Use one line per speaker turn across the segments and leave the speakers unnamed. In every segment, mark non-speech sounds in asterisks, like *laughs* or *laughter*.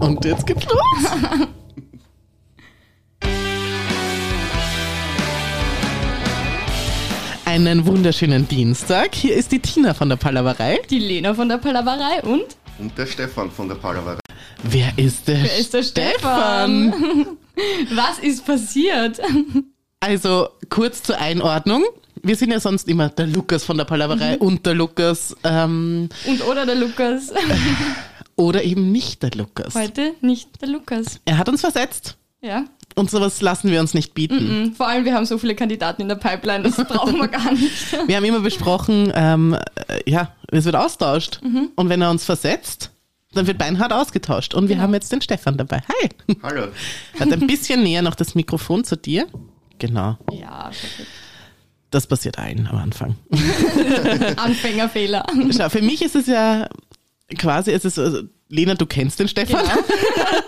Und jetzt geht's los. Einen wunderschönen Dienstag. Hier ist die Tina von der Palaverei.
Die Lena von der Palaverei und
Und der Stefan von der Palaverei.
Wer ist der,
wer ist der Stefan? Was ist *laughs* passiert?
Also kurz zur Einordnung. Wir sind ja sonst immer der Lukas von der Palaverei
Mhm.
und der Lukas ähm,
Und oder der Lukas?
oder eben nicht der Lukas.
Heute nicht der Lukas.
Er hat uns versetzt
Ja.
und sowas lassen wir uns nicht bieten.
Mhm. Vor allem, wir haben so viele Kandidaten in der Pipeline, das brauchen wir gar nicht.
Wir haben immer besprochen, ähm, äh, ja, es wird austauscht.
Mhm.
Und wenn er uns versetzt, dann wird Beinhard ausgetauscht. Und wir
Genau.
haben jetzt den Stefan dabei. Hi.
Hallo.
Hat ein bisschen *laughs* näher noch das Mikrofon zu dir. Genau,
*laughs* Ja, perfekt.
das passiert allen am Anfang.
*laughs* Anfängerfehler.
Schau, für mich ist es ja quasi, es ist, also, Lena, du kennst den Stefan.
Genau.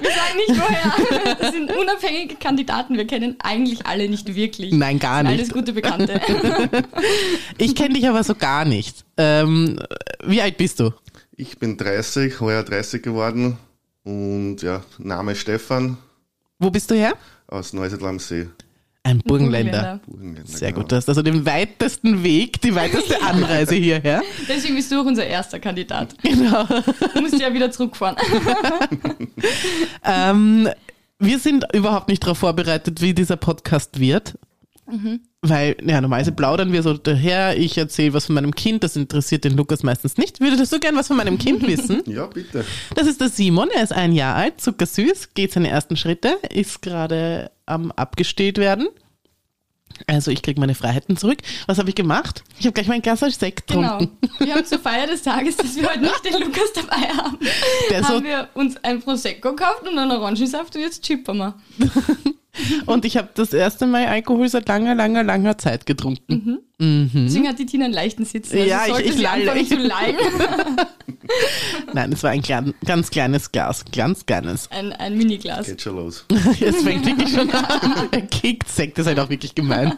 Wir sagen nicht woher. Das sind unabhängige Kandidaten. Wir kennen eigentlich alle nicht
*laughs*
wirklich.
Nein, gar
Alles
nicht.
gute *laughs* Bekannte.
Ich kenne dich aber so gar nicht. Ähm, wie alt bist du?
Ich bin 30, heuer 30 geworden. Und ja, Name Stefan
Wo bist du her?
aus Neusiedl am See.
Ein Burgenländer.
Burgenländer,
Sehr
genau.
gut, du hast also den weitesten Weg, die weiteste
*laughs*
Anreise hierher.
Deswegen bist du auch unser erster Kandidat.
Genau.
Du musst ja wieder zurückfahren.
Ähm, wir sind überhaupt nicht darauf vorbereitet, wie dieser Podcast wird. Weil, ja, normalerweise plaudern wir so daher, ich erzähle was von meinem Kind, das interessiert den Lukas meistens nicht. Würdest du gern was von meinem Kind wissen?
Ja, bitte.
Das ist der Simon, er ist ein Jahr alt, zuckersüß, geht seine ersten Schritte, ist gerade am abgestillt werden. Also ich kriege meine Freiheiten zurück. Was habe ich gemacht? Ich habe gleich mein Glas Sekt
Genau.
getrunken.
Wir haben zur Feier des Tages, dass wir heute nicht den Lukas dabei haben,
Der so-
haben wir uns ein Prosecco gekauft und einen Orangensaft und jetzt chippern wir.
Und ich habe das erste Mal Alkohol seit langer, langer, langer Zeit getrunken.
Deswegen hat die Tina einen leichten Sitzen.
Mhm. Ja, ich-
sollte
ich
sie
lalle.
anfangen zu leiden.
Nein, es war ein klein, ganz kleines Glas, ganz kleines.
Ein, ein Miniglas.
Geht schon los.
*laughs* Es fängt wirklich schon an. Der Kick-Sekt ist halt auch wirklich
*laughs*
gemein.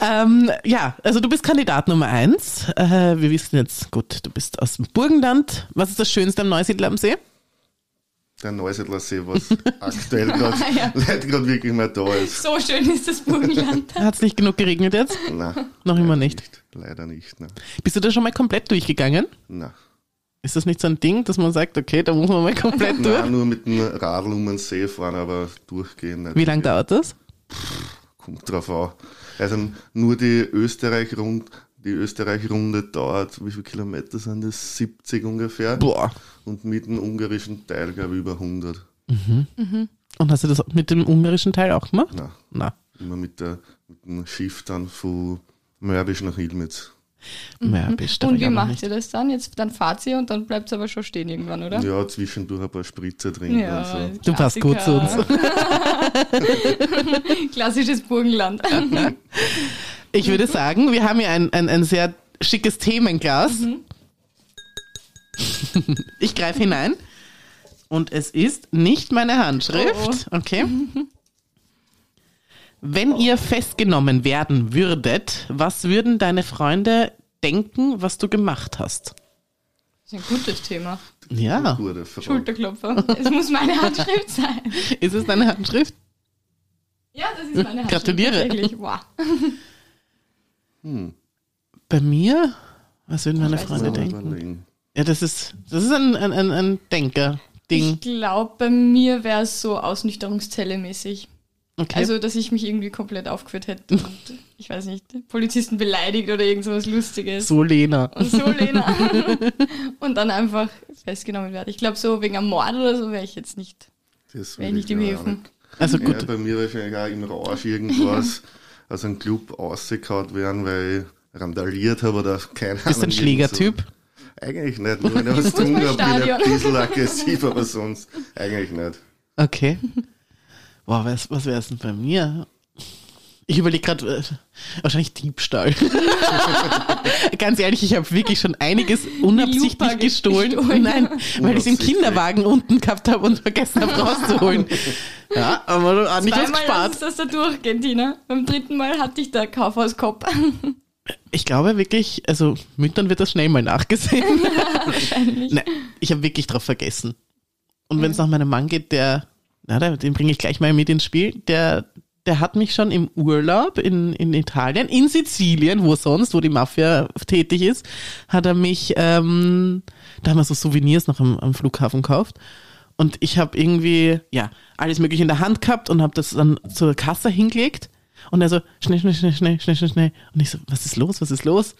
ähm, ja, also du bist Kandidat Nummer eins. Äh, wir wissen jetzt, gut, du bist aus dem Burgenland. Was ist das Schönste am Neusiedler am See?
Der Neusiedler See, was
*laughs*
aktuell gerade
Ja.
Leute gerade wirklich mehr da ist.
So schön ist
*laughs*
das Burgenland.
Hat es nicht genug geregnet jetzt?
Na,
Noch immer nicht.
Leider nicht. Na.
Bist du da schon mal komplett durchgegangen?
Na.
Ist das nicht so ein Ding, dass man sagt, okay, da muss man mal
*laughs*
komplett
Na,
durch?
nur mit dem Radl um den See fahren, aber durchgehen. nicht.
Wie lange dauert das?
Kommt drauf an. Also nur die Österreich-Runde die Österreich -Runde dauert, wie viele Kilometer sind das? 70 ungefähr.
Boah.
Und mit dem ungarischen Teil, glaube ich, über 100.
Und hast du das mit dem ungarischen Teil auch gemacht?
Na,
Na,
immer mit, der, mit dem Schiff dann von Mörbisch nach Ilmitz.
mehr bist du
Mhm. Und wie
ja noch
macht
nicht.
ihr das dann? Jetzt dann fahrt ihr und dann bleibt es aber schon stehen irgendwann, oder?
Ja, zwischendurch ein paar Spritzer trinken und so.
Du passt gut zu uns.
uns. Klassisches Burgenland.
Ich
Mhm.
würde sagen, wir haben hier ein, ein, ein sehr schickes Themenglas.
Mhm.
*laughs* Ich greife hinein. Und es ist nicht meine
Oh,
Handschrift. Okay.
Mhm.
Wenn ihr festgenommen werden würdet, was würden deine Freunde denken, was du gemacht hast?
Das ist ein gutes Thema.
Ja.
Gute Frage.
Schulterklopfer. Es muss meine Handschrift sein.
Ist es deine Handschrift?
Ja, das ist meine Handschrift.
Gratuliere.
Tatsächlich. Wow.
Bei mir? Was würden meine
weiß es
Freunde
Mal
denken?
überlegen.
Ja, das ist, das ist ein, ein, ein, ein Denker-Ding.
Ich glaube, bei mir wäre es so Ausnüchterungszelle-mäßig.
Okay.
Also, dass ich mich irgendwie komplett
*laughs*
aufgeführt hätte und, ich weiß nicht, Polizisten beleidigt oder irgend sowas Lustiges.
so Lena.
Und so, Lena. *laughs* und dann einfach festgenommen werde. Ich glaube, so wegen einem Mord oder so wäre ich jetzt nicht.
Das
Wäre
will
nicht im
mir auch
Häfen.
nicht.
Also
Ja,
gut,
bei mir wahrscheinlich auch im Rausch irgendwas aus einem Club ausgekaut werden, weil ich randaliert habe oder keine Ahnung.
bist ein
irgend
Schlägertyp.
So. Eigentlich nicht, nur wenn ich was tun habe, bin ich ein
Fußballstadion.
bisschen aggressiv, aber sonst eigentlich nicht.
Okay. *laughs* Boah, was, was wäre es denn bei mir? Ich überlege gerade, äh, wahrscheinlich Diebstahl. *laughs* Ganz ehrlich, ich habe wirklich schon einiges
Lupa
unabsichtlich
ge-
gestohlen. *laughs*
gestohlen.
Nein, weil ich es im
Unabsichtlich.
Kinderwagen unten gehabt habe und vergessen habe rauszuholen. Ja, aber du hast nicht was
Zweimal lass
gespart.
*laughs* uns das da durchgehen, Tina. Beim dritten Mal hatte ich der Kaufhauskopf.
Ich glaube wirklich, also Müttern wird das schnell mal nachgesehen.
Wahrscheinlich.
Nein, ich habe wirklich drauf vergessen. Und wenn es nach meinem Mann geht, der, na, der- den bringe ich gleich mal mit ins Spiel, der, der hat mich schon im Urlaub in, in Italien, in Sizilien, wo sonst, wo die Mafia tätig ist, hat er mich, ähm, da haben wir so Souvenirs noch am, am Flughafen gekauft. Und ich habe irgendwie, ja, alles mögliche in der Hand gehabt und habe das dann zur Kasse hingelegt. Und er so, schnell, schnell, schnell, schnell, schnell, schnell, schnell. Und ich so, was ist los, was ist los?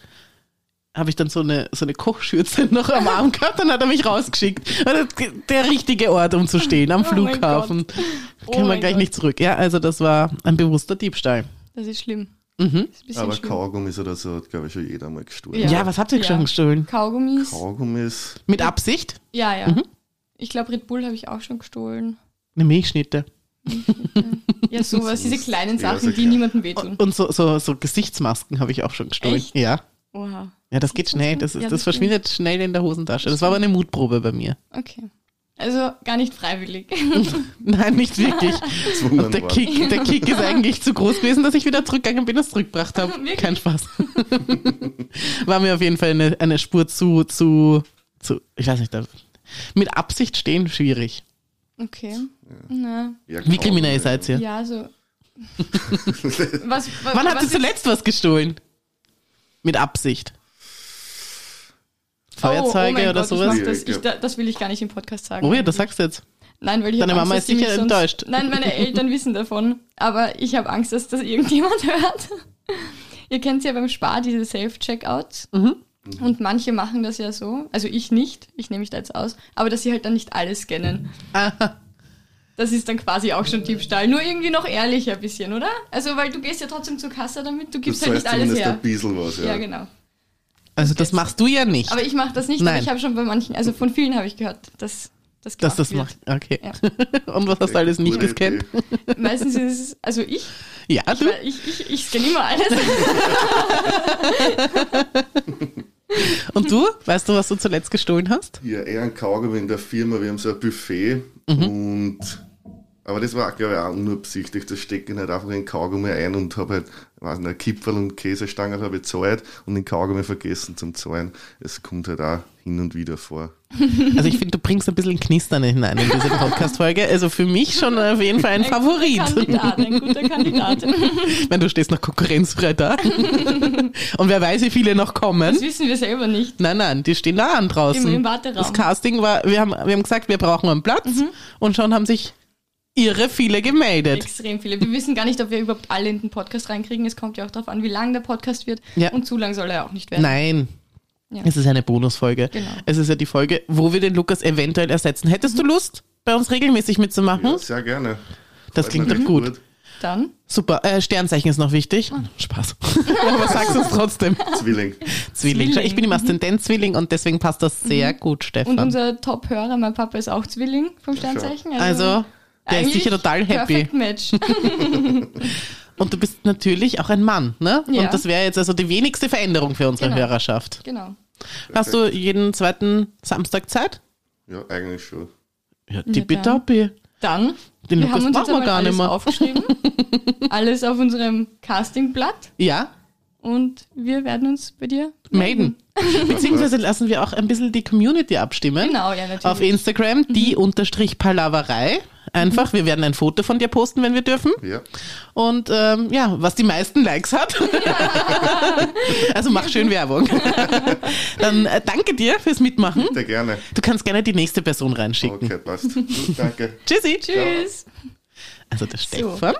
habe ich dann so eine, so eine Kochschürze *laughs* noch am Arm gehabt und hat er mich rausgeschickt. Also Der richtige Ort, um zu stehen, am
*laughs* Oh mein
Flughafen.
Oh
Können wir
mein
gleich
Gott.
nicht zurück. Ja, also das war ein bewusster Diebstahl.
Das ist schlimm.
Mhm.
Das ist ein bisschen
Aber
schlimm.
Kaugummis oder so hat, glaube ich, schon jeder mal gestohlen.
Ja,
Ja.
was habt ihr
Ja.
schon gestohlen?
Kaugummis.
Kaugummis,
Mit Absicht?
ja, ja.
Mhm.
Ich glaube, Red Bull habe ich auch schon gestohlen.
Eine Milchschnitte.
Ja, sowas. Diese kleinen
Ja,
Sachen,
so
die
klein.
niemandem wehtun.
Und, und so, so, so Gesichtsmasken habe ich auch schon gestohlen.
Echt?
Ja.
Oha.
Ja, das geht schnell. Das, ist,
Ja,
das
das
verschwindet schnell in der Hosentasche. Das war aber eine Mutprobe bei mir. *laughs*
Okay. Also gar nicht freiwillig. *laughs*
Nein, nicht wirklich. Also
zwungen
Der
worden.
Kick, der Kick ist eigentlich zu groß gewesen, dass ich wieder zurückgegangen bin und es zurückgebracht habe.
*laughs* Wirklich?
Kein Spaß. *laughs* War mir auf jeden Fall eine, eine Spur zu, zu, zu, ich weiß nicht, da, mit Absicht stehen schwierig.
Okay. Na.
Ja,
Wie
Kaugummi.
kriminell seid ihr? *laughs*
Ja, so. was, wa-
Wann habt
was
ihr zuletzt was gestohlen? Mit Absicht. Feuerzeuge
Oh, mein
oder
Gott,
sowas?
Ich mach das, ich, da- das will ich gar nicht im Podcast sagen.
Oh ja, das sagst du jetzt.
Nein, weil ich
Deine
hab
Mama
Angst,
ist
dass die mich
sicher
sonst,
enttäuscht.
Nein,
*laughs*
meine Eltern wissen davon, aber ich habe Angst, dass das irgendjemand *laughs* hört. Ihr kennt ja beim Spar diese Self-Checkouts.
Mhm.
Und manche machen das ja so, also ich nicht, ich nehme mich da jetzt aus, aber dass sie halt dann nicht alles
*laughs*
scannen.
Aha.
Das ist dann quasi auch schon Diebstahl, nur irgendwie noch ehrlicher ein bisschen, oder? Also, weil du gehst ja trotzdem zur Kasse damit, du
Das
gibst ja
heißt
nicht alles
zumindest ein
her.
bisschen was, ja.
Ja, genau.
Also das machst du ja nicht,
Aber ich mache das nicht,
Nein.
aber ich habe schon bei manchen, also von vielen habe ich gehört, dass das
dass
gemacht
das
wird.
macht. Okay. *laughs*
Ja.
Und was hast du alles nicht
Gute
gescannt?
Idee.
Meistens ist es, also ich
Ja, du?
Weil ich, ich, ich scanne immer alles.
Und du? Weißt du, was du zuletzt gestohlen
*laughs*
hast?
Ja, eher ein Kaugummi in der Firma. Wir haben so ein Buffet und. Aber das war, glaube ich, auch unabsichtlich. Da stecke ich halt einfach einen Kaugummi ein und habe halt, weiß nicht, Kipferl und Käsestangen habe ich gezahlt und den Kaugummi vergessen zum Zahlen. Es kommt halt auch hin und wieder vor.
Also ich finde, du bringst ein bisschen Knistern hinein in diese Podcast-Folge. Also für mich schon auf jeden Fall ein Favorit.
Kandidat, ein guter Kandidat.
*laughs* Wenn du stehst noch konkurrenzfrei
*laughs*
da. Und wer weiß, wie viele noch
Das
kommen.
wissen wir selber nicht.
Nein, nein, die stehen da an draußen.
Also Im- im Warteraum. Mhm.
Das Casting war, wir haben, wir haben gesagt, wir brauchen einen Platz. Und schon haben sich irre viele gemeldet.
Extrem viele. Wir wissen gar nicht, ob wir überhaupt alle in den Podcast reinkriegen. Es kommt ja auch darauf an, wie lang der Podcast wird.
Ja.
Und zu lang soll er auch nicht werden.
Nein.
Ja.
Es ist eine Bonusfolge.
Genau. Mhm.
Es ist ja die Folge, wo wir den Lukas eventuell ersetzen. Hättest du Lust, bei uns regelmäßig mitzumachen?
Ja, sehr gerne.
Hm? Das
Freut
klingt
mich
doch
richtig
gut.
Dann,
Super. Äh, Sternzeichen ist noch wichtig. Spaß. *laughs* Aber sag's
*laughs*
uns trotzdem.
Zwilling.
Zwilling.
Zwilling. Mhm.
Ich bin im Aszendent Zwilling und deswegen passt das sehr gut, Stefan.
und unser Top-Hörer, mein Papa ist auch Zwilling vom Sternzeichen.
also, der ist
eigentlich
sicher total happy.
Perfect Match.
Und du bist natürlich auch ein Mann, ne?
Ja.
Und das wäre jetzt also die wenigste Veränderung für unsere
Genau.
Hörerschaft.
Genau.
Hast du jeden zweiten Samstag Zeit?
Ja, eigentlich schon.
Ja,
dann.
tippitoppi.
Dann,
Den
wir
Lukas
haben uns
brauchen
jetzt
wir
einmal
gar
alles
nicht mehr.
aufgeschrieben.
*laughs*
alles auf unserem Castingblatt.
Ja,
Und wir werden uns bei dir
Maiden. Beziehungsweise lassen wir auch ein bisschen die Community abstimmen.
Genau, Mhm. ja, natürlich.
Auf Instagram, die unterstrich Palaverei. Einfach, wir werden ein Foto von dir posten, wenn wir dürfen.
Ja.
Und ähm, ja, was die meisten Likes
*laughs*
hat. also mach schön Werbung. Dann äh, danke dir fürs Mitmachen.
Sehr gerne.
Du kannst gerne die nächste Person reinschicken.
Okay, passt. Gut, danke.
Tschüssi.
Tschüss.
Also der Stefan,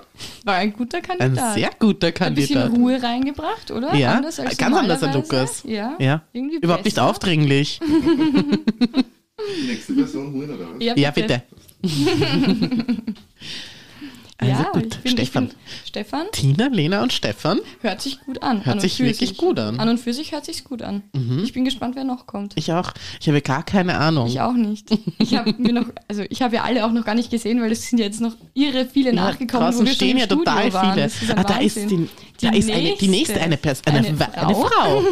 War ein guter
ein
Kandidat.
sehr guter
ein bisschen
Kandidat.
Ruhe reingebracht, oder?
Ja,
anders als
ganz anders als Lukas.
normalerweise. Ja,
Ja,
Irgendwie
überhaupt nicht
besser.
aufdringlich.
Die nächste Person holen oder was?
Ja, bitte.
*laughs*
Also
ja,
gut,
ich bin,
Stefan.
Ich bin, Stefan
Tina, Lena und Stefan.
hört sich gut an.
Hört
an
sich
und für
wirklich gut an. Mhm.
An und für sich hört sich's gut an. Ich bin gespannt, wer noch kommt.
Ich auch. Ich habe gar keine Ahnung.
Ich auch nicht.
*laughs*
Ich habe mir noch, also ich habe ja alle auch noch gar nicht gesehen, weil es sind ja jetzt noch irre viele
Ja,
nachgekommen.
draußen
wo wir schon
stehen
im
ja
Studio
total
waren.
viele.
Das ist ein
ah, da ist,
Wahnsinn.
die, da ist eine, die nächste eine Person, eine, Wa-
*laughs*
eine Frau.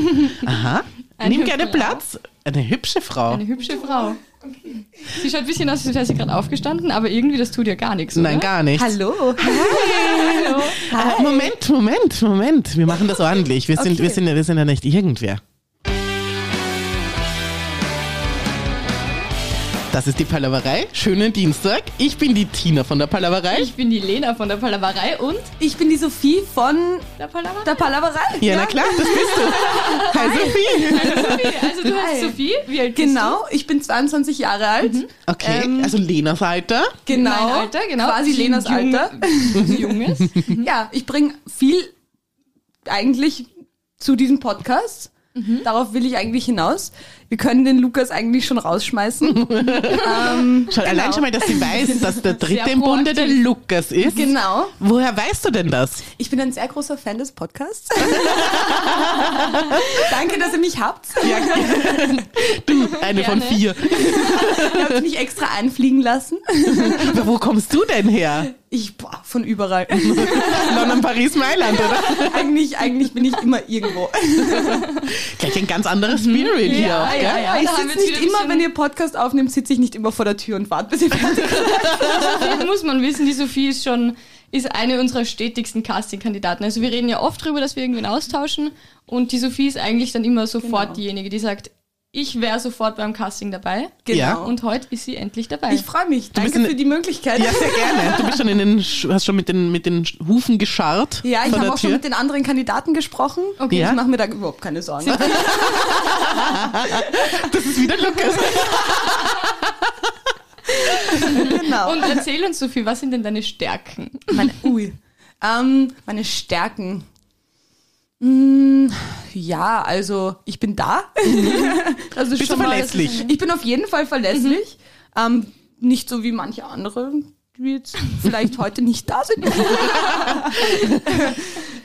Aha.
Eine
Nimm gerne
Frau.
Platz. Eine hübsche Frau.
Eine hübsche Frau. Sie schaut ein bisschen aus, als wäre sie gerade aufgestanden, aber irgendwie, das tut ihr gar nichts.
Nein,
oder?
gar nicht.
Hallo.
Hallo.
Äh, Moment, Moment, Moment. Wir machen das ordentlich. Wir sind,
Okay.
wir sind, ja- wir sind ja nicht irgendwer. Das ist die Palaverei. Schönen Dienstag. Ich bin die Tina von der Palaverei.
Ich bin die Lena von der Palaverei und
Ich bin die Sophie von
der Palaverei.
der Palaverei.
Ja, na klar, das bist du. Hi Sophie.
Sophie. Also du heißt
Hi.
Sophie, wie alt bist du?
Genau, ich bin 22 Jahre alt.
Okay,
Ähm,
also Lenas Alter.
Genau.
Mein Alter, genau.
Quasi Lenas
Jung-
Alter.
Junges.
Ja, ich bringe viel eigentlich zu diesem Podcast. Darauf will ich eigentlich hinaus. Wir können den Lukas eigentlich schon rausschmeißen. ähm,
Schau, Allein schon mal, dass sie weiß, dass
*laughs*
der dritte im Bunde der
Genau. proaktiv.
Lukas ist.
genau.
Woher weißt du denn das?
Ich bin ein sehr großer Fan des Podcasts. *laughs* Danke, dass ihr mich habt.
Ja. Du, eine von
Gerne.
vier.
*laughs* Ihr habt mich extra einfliegen lassen.
Aber Wo kommst du denn
*laughs*
her?
Ich, boah, von überall.
London, Paris, Mailand, oder?
eigentlich, eigentlich bin ich immer irgendwo.
Gleich ein ganz anderes Spirit hier.
Mhm. Ja,
auch, gell?
ja, ja.
ich
da haben wir jetzt wieder
sitze nicht
ein
immer,
bisschen-
wenn ihr Podcast aufnehmt, sitze ich nicht immer vor der Tür und warte, bis ihr fertig seid.
Das Also muss man wissen, die Sophie ist schon ist eine unserer stetigsten Casting-Kandidaten. Also wir reden ja oft darüber, dass wir irgendwen austauschen und die Sophie ist eigentlich dann immer sofort
Genau.
diejenige, die sagt, ich wäre sofort beim Casting dabei.
Ja.
Und heute ist sie endlich dabei.
Ich freue mich.
bist
Danke
eine-
für die Möglichkeit.
Ja,
*laughs*
sehr gerne. Du bist schon in den, Sch- hast schon mit den, mit den Sch- Hufen gescharrt.
Ja, ich
von
habe
der
auch schon
Tür.
mit den anderen Kandidaten gesprochen.
Okay.
Ja.
Ich mache mir da überhaupt keine Sorgen.
Das ist wieder Lukas.
genau.
und erzähl uns, Sophie, was sind denn deine Stärken?
*laughs*
meine, ui. Ähm, meine Stärken. Mm, ja, also ich bin da. *laughs* das ist
Mhm. Bist du
mal-
verlässlich? Mhm.
Ich bin auf jeden Fall verlässlich. Ähm, nicht so wie manche andere, die jetzt vielleicht heute nicht
*laughs*
da sind. *laughs*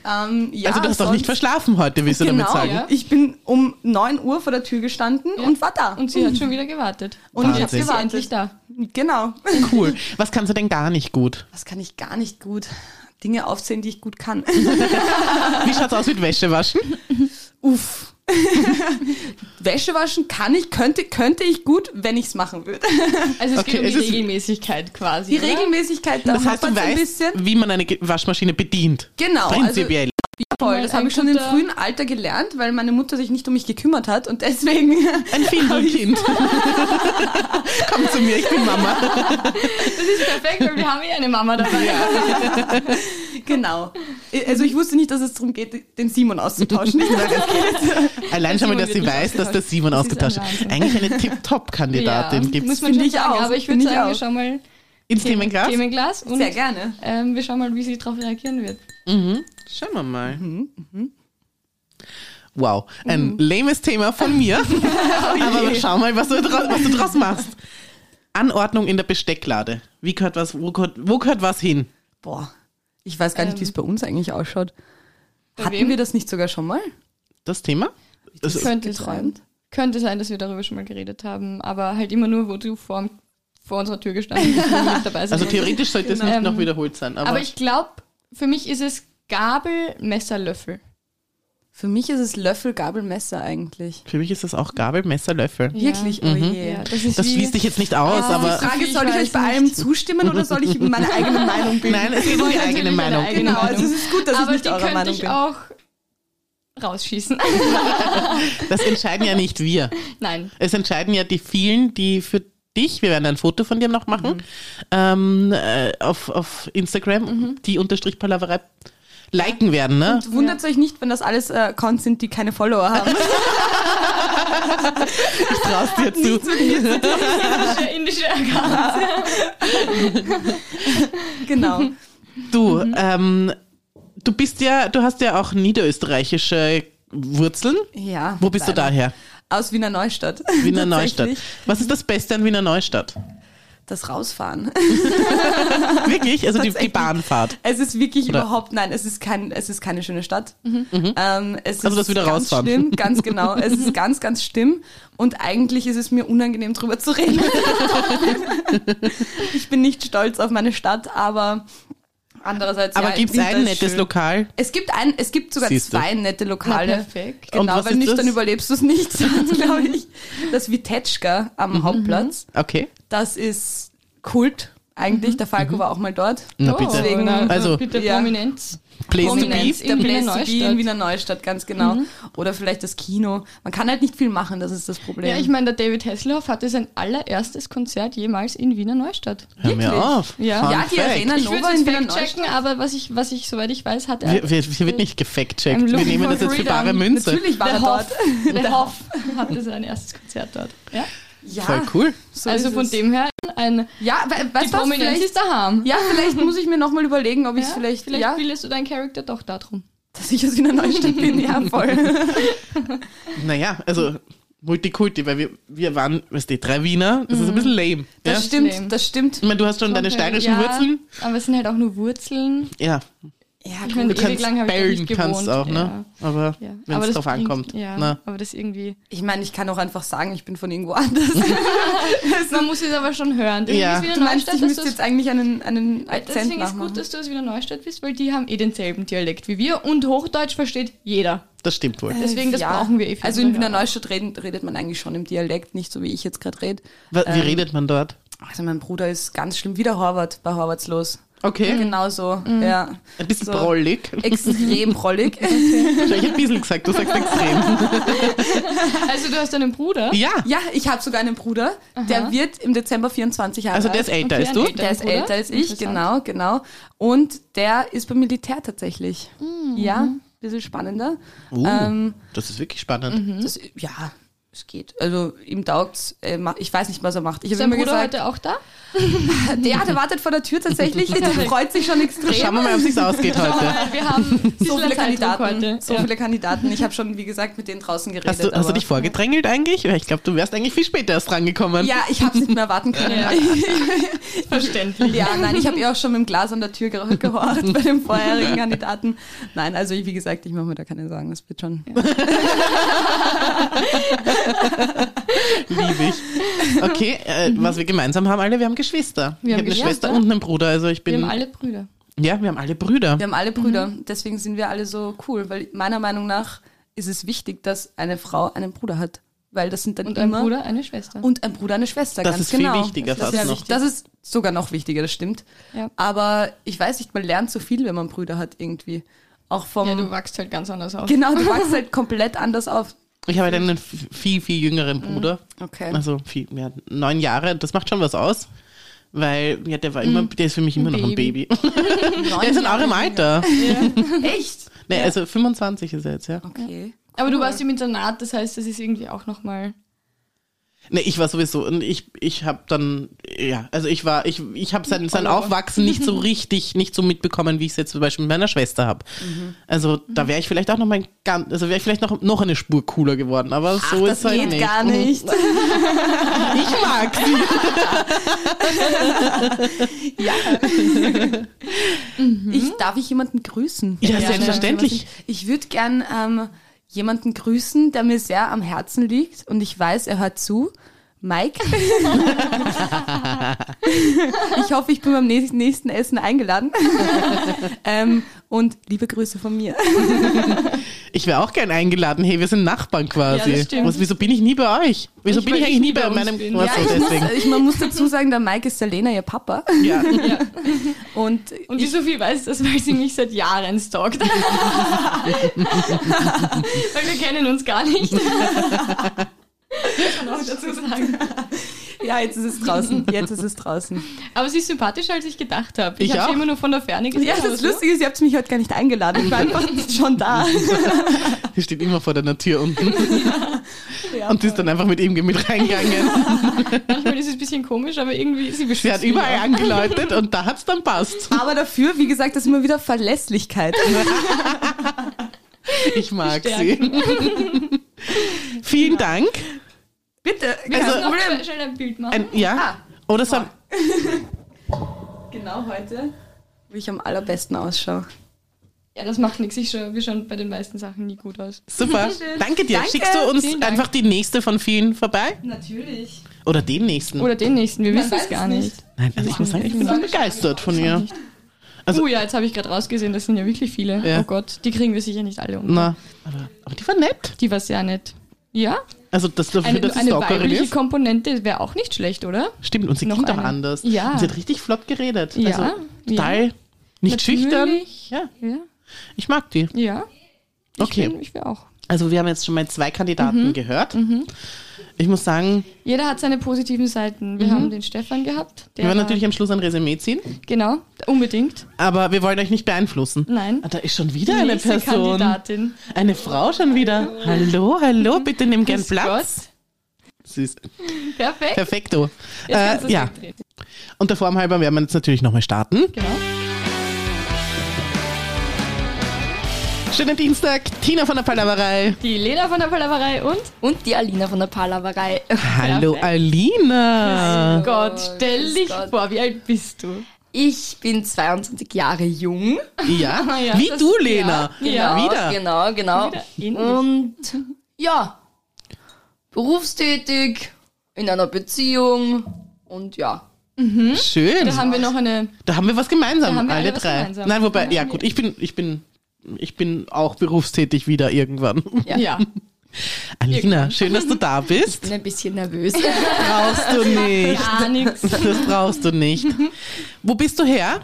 ähm, *laughs* ja,
also du hast doch
sonst-
nicht verschlafen heute, willst du damit
Genau,
sagen?
ja.
ich bin um 9 Uhr vor der Tür gestanden und war da.
Und sie hat schon wieder gewartet.
Und
ich
jetzt
Wahnsinn.
ist sie endlich da.
genau. *laughs*
Cool. Was kannst du denn gar nicht gut?
Was kann ich gar nicht gut? Dinge aufzählen, die ich gut kann.
Wie schaut's aus mit Wäsche waschen?
Uff. *laughs* Wäsche waschen kann ich, könnte, könnte ich gut, wenn ich's machen würde.
Also es
Okay,
geht um
es
die
ist-
Regelmäßigkeit quasi.
Die
oder?
Regelmäßigkeit, da
Das heißt, du
hapert's ein
weißt,
bisschen.
wie man eine Ge- Waschmaschine bedient.
Genau,
Prinzipiell.
Voll, das
Ein
habe ich schon im
guter-
frühen Alter gelernt, weil meine Mutter sich nicht um mich gekümmert hat und deswegen *laughs*
Ein Findelkind. Komm zu mir, ich bin Mama.
Das ist perfekt, weil wir haben eh eine Mama dabei.
genau. Also ich wusste nicht, dass es darum geht, den Simon *laughs* auszutauschen.
Allein schon mal, dass
Simon wird
sie
nicht
weiß, dass
ausgetauscht.
der Simon
Das ist
ausgetauscht
ein
ist.
Wahnsinn.
Eigentlich eine Tip-Top-Kandidatin
ja,
gibt's
muss man
Finde
schon
ich
sagen.
auch,
Aber ich würde
finde ich
sagen, wir
auch.
schauen mal
ins Themenglas.
Themenglas und
Sehr gerne.
Ähm, wir schauen mal, wie sie darauf reagieren wird.
Schauen wir mal.
Mhm,
Wow, ein lames Thema von
*laughs*
mir.
Oh
Aber schau mal, was du, draus, was du draus machst. Anordnung in der Bestecklade. Wie gehört was, wo gehört, wo gehört was hin?
Boah, ich weiß gar nicht, wie es bei uns eigentlich ausschaut.
Bei
Hatten
wem?
wir das nicht sogar schon mal?
Das Thema? Also,
könnte
geträumt?
sein. Könnte sein, dass wir darüber schon mal geredet haben, aber halt immer nur, wo du vor, vor unserer Tür gestanden bist, wo wir nicht dabei sind.
also theoretisch sollte es nicht
Genau.
noch wiederholt sein. Aber,
aber ich glaube, für mich ist es Gabel, Messer, Löffel.
Für mich ist es Löffel, Gabel, Messer eigentlich.
für mich ist das auch Gabel, Messer, Löffel.
Wirklich? Oh je.
Ja, das ist
Das
wie-
schließt dich jetzt nicht aus,
Ah,
Die
aber
Frage
Ich
ist, soll ich
weiß
euch bei allem zustimmen oder soll ich
*laughs*
meine eigene Meinung bilden?
nein, es geht um die
Natürlich
eigene
eine
Meinung.
eigene-
genau, also es ist gut, dass
aber
ich nicht
die
eurer
könnte
Meinung
ich
bin.
auch rausschießen. *laughs*
Das entscheiden ja nicht wir.
*laughs*
Nein.
Es entscheiden ja die vielen, die für dich, wir werden ein Foto von dir noch machen,
Mhm.
ähm, äh, auf, auf Instagram,
Mhm.
die unterstrich Palaverei, liken werden,
*laughs*
ne?
Wundert euch nicht, wenn das alles äh, Accounts sind, die keine Follower haben.
Ich traust dir zu.
Indische, indische Gabel.
*laughs* genau.
Du,
Mhm.
ähm, du bist ja, du hast ja auch niederösterreichische Wurzeln.
Ja.
Wo bist
leider.
du daher?
Aus Wiener Neustadt.
Wiener Neustadt.
*laughs* Tatsächlich.
Was ist das Beste an Wiener Neustadt?
Das Rausfahren.
Wirklich? Also die, die
Tatsächlich.
Bahnfahrt.
Es ist wirklich
Oder-
überhaupt, nein, es ist, kein, es ist keine schöne Stadt.
Mhm.
Ähm, es
Also
ist
das wieder
ganz
rausfahren.
Schlimm,
*laughs*
ganz genau. Es ist ganz, ganz schlimm. Und eigentlich ist es mir unangenehm, drüber
*laughs*
zu reden. ich bin nicht stolz auf meine Stadt, aber Andererseits,
Aber
ja,
gibt's
Winter
ein
ist
nettes
schön.
Lokal?
Es gibt ein, es gibt sogar
Siehst du.
zwei nette Lokale.
Na, perfekt.
Und
Genau,
was
weil
ist
nicht,
das?
dann überlebst du es nicht, *laughs* glaube ich. Das Vitetschka am
Mhm.
Hauptplatz,
Okay.
das ist Kult eigentlich.
Mhm.
Der Falco war auch mal dort.
Na bitte.
Deswegen-
na,
Also-
bitte
Ja.
Prominenz.
Place to be.
Prominenz
Der
in Wiener
Place to be
Neustadt. Mhm.
in Wiener Neustadt, ganz genau. Oder vielleicht das Kino. Man kann halt nicht viel machen, das ist das Problem.
Ja, ich meine, der David Hasselhoff hatte sein allererstes Konzert jemals in Wiener Neustadt.
Hör mir
Wirklich?
auf.
Ja.
Fun
Ja, die
fact.
Arena-
Ich
Nova
würde es
in Wiener
fact-checken, aber was ich, was ich, soweit ich weiß, hat er.
Wir, wir, hier wird nicht gefact-checkt.
I'm
Wir
looking
nehmen
for
das jetzt für
freedom.
bare Münze.
Natürlich war
der
er
Hoff, *laughs*
dort.
der Hoff hatte sein erstes Konzert dort. Ja?
Ja,
Voll cool.
so
also
ist
von
es.
dem her, ein,
Ja, we
die
weißt du was?
Prominenz
Vielleicht,
ist daheim.
ja, vielleicht muss ich mir nochmal überlegen, ob ich es
Ja,
vielleicht,
vielleicht
ja,
bildest du deinen Charakter doch darum.
dass ich aus Wiener Neustadt bin.
*laughs*
Ja, voll.
Naja, also Multikulti, weil wir, wir waren, weißt du, drei Wiener. Das
Mhm.
ist ein bisschen lame. Ja?
Das stimmt, das stimmt.
Ich meine, du hast schon deine steirischen
ja,
Wurzeln.
Aber es sind halt auch nur Wurzeln.
Ja,
Ja,
Ich
cool.
meine,
du
ewig
kannst
lang habe ich da
bellen,
nicht gewohnt.
kannst auch, ne? Aber
Ja, ja.
wenn
Aber
es
das
drauf
bringt-
ankommt.
Ja,
Na.
aber das irgendwie.
Ich meine, ich kann auch einfach sagen, ich bin von irgendwo anders.
Man muss es aber schon hören. Irgendwie
Ja.
ist Wiener
Du meinst,
Neustadt,
ich
dass
müsste
du es-
jetzt eigentlich einen, einen Akzent
Deswegen ist
nachmachen.
gut, dass du aus Wiener Neustadt bist, weil die haben eh denselben Dialekt wie wir und Hochdeutsch versteht jeder.
Das stimmt wohl.
Deswegen, das brauchen wir eh viel
Äh, Also in
mehr.
Wiener Neustadt reden, redet man eigentlich schon im Dialekt, nicht so wie ich jetzt gerade rede.
Wa- Wie
ähm,
redet man dort?
Also mein Bruder ist ganz schlimm, wie der Horvath bei Horvaths los.
Okay.
Mhm.
Genau so, ja.
Mhm. Ein bisschen
*laughs*
so.
brollig. *laughs*
Extrem rollig.
Ich habe ein bisschen gesagt, du sagst extrem.
*laughs* Also du hast einen Bruder?
Ja,
ja, ich habe sogar einen Bruder, der wird im Dezember 24 Jahre
also der
alt.
ist älter
Okay,
als du.
ein
Der ist
Dein Bruder?
älter als ich,
Interessant.
genau, genau. Und der ist beim Militär tatsächlich.
Mhm.
Ja, ein bisschen spannender.
Uh,
Ähm,
das ist wirklich spannend.
das, ja, es geht. Also ihm taugt's. Äh, ma- ich weiß nicht, was er macht. Ich
Ist
habe
dein
immer
Bruder
gesagt,
heute
*laughs*
auch da?
ja, der wartet vor der Tür tatsächlich. Der freut sich schon
Mhm.
Schauen
extrem.
wir mal, ob es ausgeht
*laughs*
heute.
Weil wir haben
*laughs* So viele Kandidaten.
heute.
So
ja.
viele Kandidaten. Ich habe schon, wie gesagt, mit denen draußen geredet.
Hast du, hast du
aber-
dich vorgedrängelt eigentlich? Weil Ich glaube, du wärst eigentlich viel später erst rangekommen.
Ja, ich habe es nicht mehr erwarten können.
Ja. Verständlich.
*laughs* Ja, nein, ich habe eh auch schon mit dem Glas an der Tür ge- gehorcht bei dem
*laughs*
vorherigen Kandidaten. Nein, also ich, wie gesagt, ich mache mir da keine Sorgen, das wird schon.
Lieb ich. Okay, äh, was wir gemeinsam haben alle, wir haben Geschwister.
Wir
ich
haben
habe eine
Geschwister.
Schwester und einen Bruder. Also ich
Wir
bin.
haben alle Brüder.
ja, wir haben alle Brüder.
Wir haben
Mhm.
alle Brüder, deswegen sind wir alle so cool, weil meiner Meinung nach ist es wichtig, dass eine Frau einen Bruder hat, weil das sind dann
Und ein
immer
Bruder, eine Schwester.
und ein Bruder eine Schwester,
Das
ganz
ist viel
genau.
wichtiger
das,
fast
ist,
noch.
wichtig. das ist sogar noch wichtiger, das stimmt.
Ja.
Aber ich weiß nicht, man lernt so viel, wenn man Brüder hat irgendwie. Auch vom
ja, du wachst halt ganz anders auf.
Genau, du wachst halt komplett anders auf.
Ich habe halt einen f- viel, viel jüngeren Bruder.
Okay.
Also viel, ja, neun Jahre. Das macht schon was aus. Weil, ja, der war immer, der ist für mich immer noch ein
Baby.
Baby. Der ist in eurem Alter.
Echt?
Nee, also 25 ist er jetzt, ja.
Okay.
Aber du warst im Internat, das heißt, das ist irgendwie auch nochmal.
Nee, ich war sowieso und ich ich habe dann ja, also ich war ich ich habe sein, sein Aufwachsen nicht so richtig nicht so mitbekommen, wie ich es jetzt zum Beispiel mit meiner Schwester habe. Also da wäre ich vielleicht auch noch mein ganz, also wäre ich vielleicht noch noch eine Spur cooler geworden, aber so
das
ist halt
geht
nicht.
gar nicht.
Ich mag sie.
Mhm.
Ich, darf ich jemanden grüßen?
Ja,
Ja,
selbstverständlich.
Ich würde gern ähm, jemanden grüßen, der mir sehr am Herzen liegt und ich weiß, er hört zu.
*laughs*
Mike. ich hoffe, ich bin beim nächsten nächsten Essen eingeladen. *laughs* ähm, und liebe Grüße von mir.
Ich wäre auch gern eingeladen. Hey, wir sind Nachbarn quasi.
Ja, das stimmt.
Was, wieso bin ich nie bei euch? Wieso
Ich-
bin ich
weil
eigentlich
ich
nie
nie
bei,
bei uns
meinem
bin.
Ach
Ja,
so,
ich, muss,
deswegen.
ich, man muss dazu sagen, der Mike ist der Lena, ihr Papa.
ja.
Und
Und die Sophie weiß das, weil sie mich seit
*laughs*
Jahren stalkt. weil wir kennen uns
*laughs*
gar nicht. Kann auch dazu sagen.
ja, jetzt ist es draußen. *laughs* Jetzt ist es draußen.
Aber sie ist sympathischer, als ich gedacht habe. Ich,
Ich
habe sie
auch.
immer nur von der Ferne gesehen.
Ja,
aber
das
so.
Lustige ist, ihr habt mich heute gar nicht eingeladen. Ich war *laughs* einfach schon da.
Die steht immer vor deiner Tür unten. und die ist dann einfach mit ihm mit reingegangen.
Manchmal ist es ein bisschen komisch, aber irgendwie sie
Sie
beschwert
hat überall angeläutet und da hat's dann passt.
Aber dafür, wie gesagt, das ist immer wieder Verlässlichkeit.
Ich mag
Stärken.
sie. *laughs* Vielen Dank.
Bitte.
Wir
Also-
also, noch schnell- schnell ein Bild machen.
Ein, ja. Oder so.
Genau heute. Wie ich am allerbesten ausschaue.
ja, das macht nichts. Ich schaue wie schon bei den meisten Sachen nie gut aus.
Super. Danke dir.
Danke.
Schickst du uns
Vielen Dank.
einfach die nächste von vielen vorbei?
Natürlich.
Oder den nächsten?
Oder den nächsten, wir wissen
weiß
es gar
es
nicht.
nicht.
Nein, also ich muss sagen, ich bin so begeistert von ihr. Also-
oh ja, jetzt habe ich gerade rausgesehen, das sind ja wirklich viele.
Ja.
Oh Gott, die kriegen wir sicher nicht alle um.
Na, aber, aber die war nett.
Die war sehr nett. Ja,
Also das dafür,
eine,
dass sie
eine
Stalkerin
weibliche
ist.
Komponente wäre auch nicht schlecht, oder?
Stimmt, und sie
noch
klingt auch
eine.
anders.
Ja.
Und sie hat richtig flott geredet.
Ja,
Also
ja.
total nicht schüchtern.
Natürlich.
Ja,
Ja.
ich mag die.
Ja. Ich
Okay.
bin- Mhm. Ich wäre auch.
Also wir haben jetzt schon mal zwei Kandidaten gehört. Ich muss sagen,
Jeder hat seine positiven Seiten. Wir haben den Stefan gehabt. Der
Mhm. wir werden
war-
natürlich am Schluss ein Resümee ziehen,
Genau, unbedingt.
aber wir wollen euch nicht beeinflussen.
Nein.
Ah, Da ist schon
Die
wieder eine
nächste
Person.
Kandidatin.
Eine Frau schon wieder. Hallo, hallo, bitte nimm gern
Grüß
Platz. Süß.
Gott. Perfekt.
Perfekto.
Jetzt kannst
Äh,
du's
ja,
wegdrehen.
und der Form halber werden wir jetzt natürlich nochmal starten.
Genau.
Schönen Dienstag, Tina von der Palaverei.
Die Lena von der Palaverei und?
Und die Alina von der Palaverei.
Hallo, Alina.
Gott, stell
grüß
dich
Gott.
vor, wie alt bist du?
Ich bin 22 Jahre jung.
*laughs* Ja,
ja,
wie
das-
du, Lena.
ja,
Wieder.
Genau, genau.
Wieder ähnlich.
Oh
Und ja, berufstätig, in einer Beziehung und ja.
Da
Schön.
haben wir noch eine.
Da haben wir was gemeinsam,
Da haben wir
alle
alle was
drei.
gemeinsam.
Nein, wobei,
Ja,
ja gut, ich bin, ich bin, ich bin auch berufstätig wieder irgendwann.
Ja.
Ja.
Alina, schön, dass du da bist.
Bin ein bisschen nervös.
Brauchst du nicht.
Gar nichts.
Das brauchst du nicht. Wo bist du her?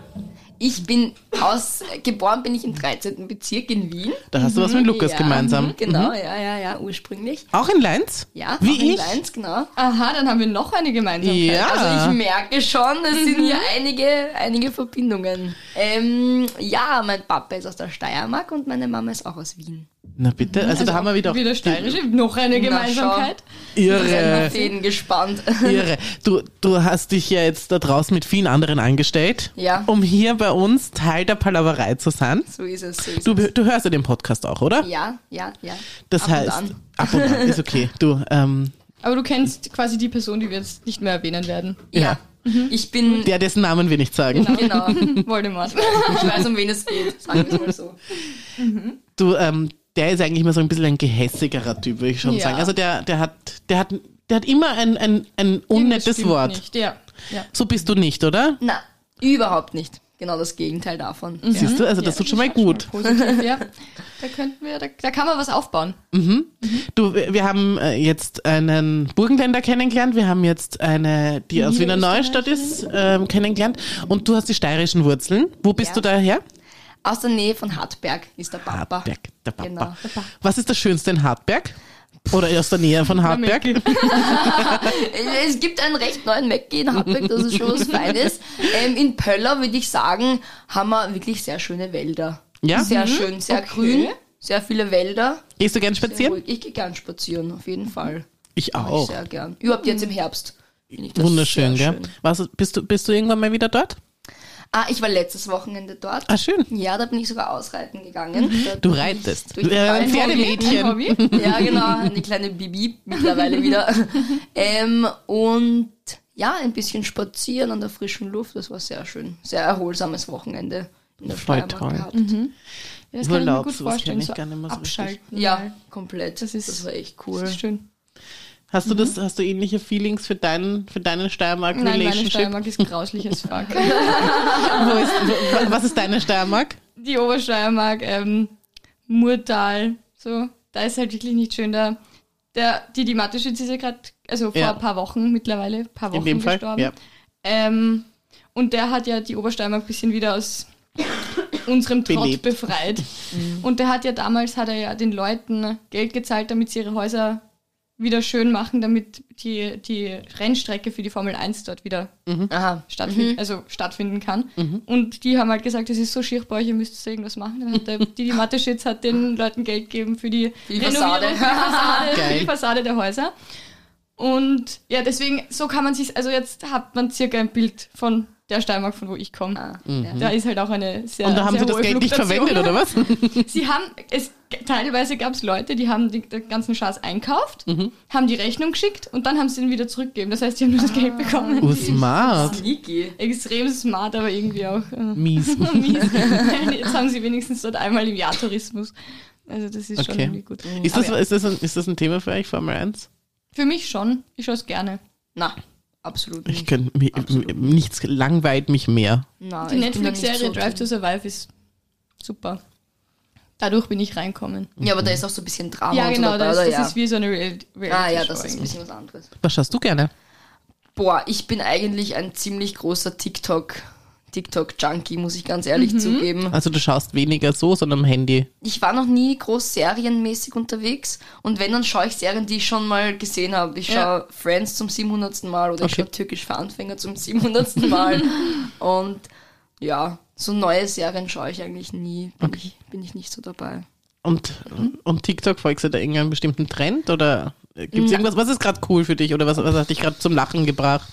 Ich bin aus, geboren bin ich im 13. Bezirk in Wien.
Da hast du was mit Lukas
ja,
gemeinsam.
Genau, ja, ja, ja, ursprünglich.
Auch in Linz?
Ja,
Wie
auch in
ich?
Linz, genau.
Aha, dann haben wir noch eine Gemeinsamkeit.
Ja.
Also ich merke schon, es sind hier einige, einige Verbindungen. Ähm, ja, mein Papa ist aus der Steiermark und meine Mama ist auch aus Wien.
Na bitte, also, da haben wir wieder, auch
Wieder steirische, noch eine
Na,
Gemeinsamkeit.
Äh.
irre,
Fäden gespannt. *laughs*
irre. Du, du hast dich ja jetzt da draußen mit vielen anderen angestellt,
Ja.
um hier bei uns Teil der Palaverei zu sein.
so ist es. So ist
Du,
es.
du hörst ja den Podcast auch, oder?
Ja, ja, ja.
Das
Ab und
heißt,
an.
ab und an ist okay. Du, ähm,
Aber du kennst quasi die Person, die wir jetzt nicht mehr erwähnen werden.
Ja. Mhm. Ich bin.
der dessen Namen will nicht sagen.
Genau. *laughs*
Voldemort.
Ich weiß, um wen es geht. Sagen wir es mal so.
Du, ähm, der ist eigentlich immer so ein bisschen ein gehässigerer Typ, würde ich schon
Ja.
sagen. Also der, der hat, der hat, der hat immer ein, ein, ein unnettes
Stimmt
Wort.
Nicht. Ja. ja.
So bist du nicht, oder?
Na, überhaupt nicht. Genau das Gegenteil davon.
Siehst du, also das tut schon mal gut. *laughs*
Positiv, ja. Da könnten wir, da, da kann man was aufbauen.
Du, wir wir haben äh, jetzt einen Burgenländer kennengelernt, wir haben jetzt eine, die aus Wiener Neustadt ist, ähm, kennengelernt und du hast die steirischen Wurzeln. Wo bist
Ja.
du daher?
Aus der Nähe von Hartberg ist der Papa.
Hartberg, der Papa.
Genau.
Was ist das Schönste in Hartberg? Oder aus der Nähe von Hartberg?
Äh, Es gibt einen recht neuen Mackie in Hartberg, das ist schon
*laughs*
was Feines. Ähm, in Pöller, würde ich sagen, haben wir wirklich sehr schöne Wälder.
Ja? Mhm.
Sehr schön, sehr grün, sehr viele Wälder.
*laughs* Gehst du gern
Sehr
spazieren?
ruhig. Ich gehe gern spazieren, auf jeden Fall.
Ich
Mach
Mhm. Ah, auch. Mhm.
Ich sehr gern. Überhaupt jetzt im Herbst. Find ich das
Wunderschön,
sehr
gell? Was, bist, du, bist du irgendwann mal wieder dort?
Ah, ich war letztes Wochenende dort.
Ah, schön.
Ja, da bin ich sogar ausreiten gegangen. Da
Du
bin ich
reitest.
durch die
Äh, ein
Wald-
Pferdemädchen. *laughs*
Hobby.
*laughs* Ja, genau, eine kleine Bibi mittlerweile wieder. Ähm, und ja, ein bisschen spazieren an der frischen Luft, das war sehr schön. Sehr erholsames Wochenende in der
Voll
Steiermark
toll. Mhm.
gehabt.
Ja, das
Urlaub,
kann ich mir gut
sowas
vorstellen.
kenn ich
so
gar nicht mehr so richtig.
abschalten.
Ja, komplett.
Das
Das,
ist-
ist, das war echt
Das
cool.
ist schön.
Hast du das, hast du ähnliche Feelings für deinen, für deinen Steiermark
Nein, meine
Relationship?
Steiermark ist grausliches
*laughs*
Fuck.
Wo ist, wo, was ist deine Steiermark?
die Obersteiermark, ähm, Murtal, so, da ist halt wirklich nicht schön. Da, der, die, die Mateschitz ist ja gerade, also vor
Ja.
ein paar Wochen mittlerweile, paar Wochen
In dem Fall.
gestorben.
Ja.
Ähm, und der hat ja die Obersteiermark ein bisschen wieder aus unserem Trott
Belebt.
befreit. Und der hat ja damals, hat er ja den Leuten Geld gezahlt, damit sie ihre Häuser wieder schön machen, damit die, die Rennstrecke für die Formel 1 dort wieder
Aha.
stattfinden,
Mhm.
also stattfinden kann. Und die haben halt gesagt, es ist so schier bei euch, ihr müsst irgendwas machen. Dann
*laughs*
hat der, die, die Mateschitz hat den Leuten Geld gegeben für die,
Die
Renovierung, Für,
Fassade.
die Fassade für
Geil.
die Fassade der Häuser. Und ja, deswegen, so kann man sich, also jetzt hat man circa ein Bild von der Steiermark, von wo ich komme.
Ah,
Da ist halt auch eine sehr
Und da haben
sehr
sie das
hohe
Geld nicht
Fluktuation.
verwendet, oder
*laughs*
was?
Sie haben, es, teilweise gab es Leute, die haben den, den ganzen Schatz einkauft,
Mhm.
haben die Rechnung geschickt und dann haben sie ihn wieder zurückgegeben. Das heißt, sie haben nur das Geld bekommen.
Oh, smart.
Sneaky.
Extrem smart, aber irgendwie auch
*laughs*
äh, *laughs*
Mies.
mies. Jetzt haben sie wenigstens dort einmal im Jahr Tourismus. Also das ist schon
Okay.
irgendwie gut.
Ist das,
Aber ja,
ist, das ein, ist das ein Thema für euch, Formel 1?
für mich schon. Ich schaue es gerne.
Na, Absolut
Ich
nicht.
könnte mi-
Absolut.
m- nichts langweilt mich mehr.
Nein,
Die
ich bin da nicht
Netflix-Serie
so
Drive to
drin.
Survive ist super. Dadurch bin ich reinkommen.
Ja, aber da ist auch so ein bisschen Drama
ja,
und
genau,
so dabei,
das,
oder?
das
ja.
ist wie so eine Real- Reality-Show.
ah ja, das ist ein
eigentlich.
bisschen was anderes.
Was schaust du gerne?
Boah, ich bin eigentlich ein ziemlich großer TikTok TikTok Junkie, muss ich ganz
Mhm.
ehrlich zugeben.
Also du schaust weniger so, sondern am Handy.
Ich war noch nie groß serienmäßig unterwegs und wenn, dann schaue ich Serien, die ich schon mal gesehen habe. Ich schaue
Ja.
Friends zum 700. Mal oder ich
Okay.
schaue Türkisch für Anfänger zum 700.
*laughs*
Mal und ja, so neue Serien schaue ich eigentlich nie. Bin, ich, bin ich nicht so dabei.
Und, und TikTok folgst du da irgendeinem bestimmten Trend oder gibt es irgendwas, was ist gerade cool für dich oder was, was hat dich gerade zum Lachen gebracht?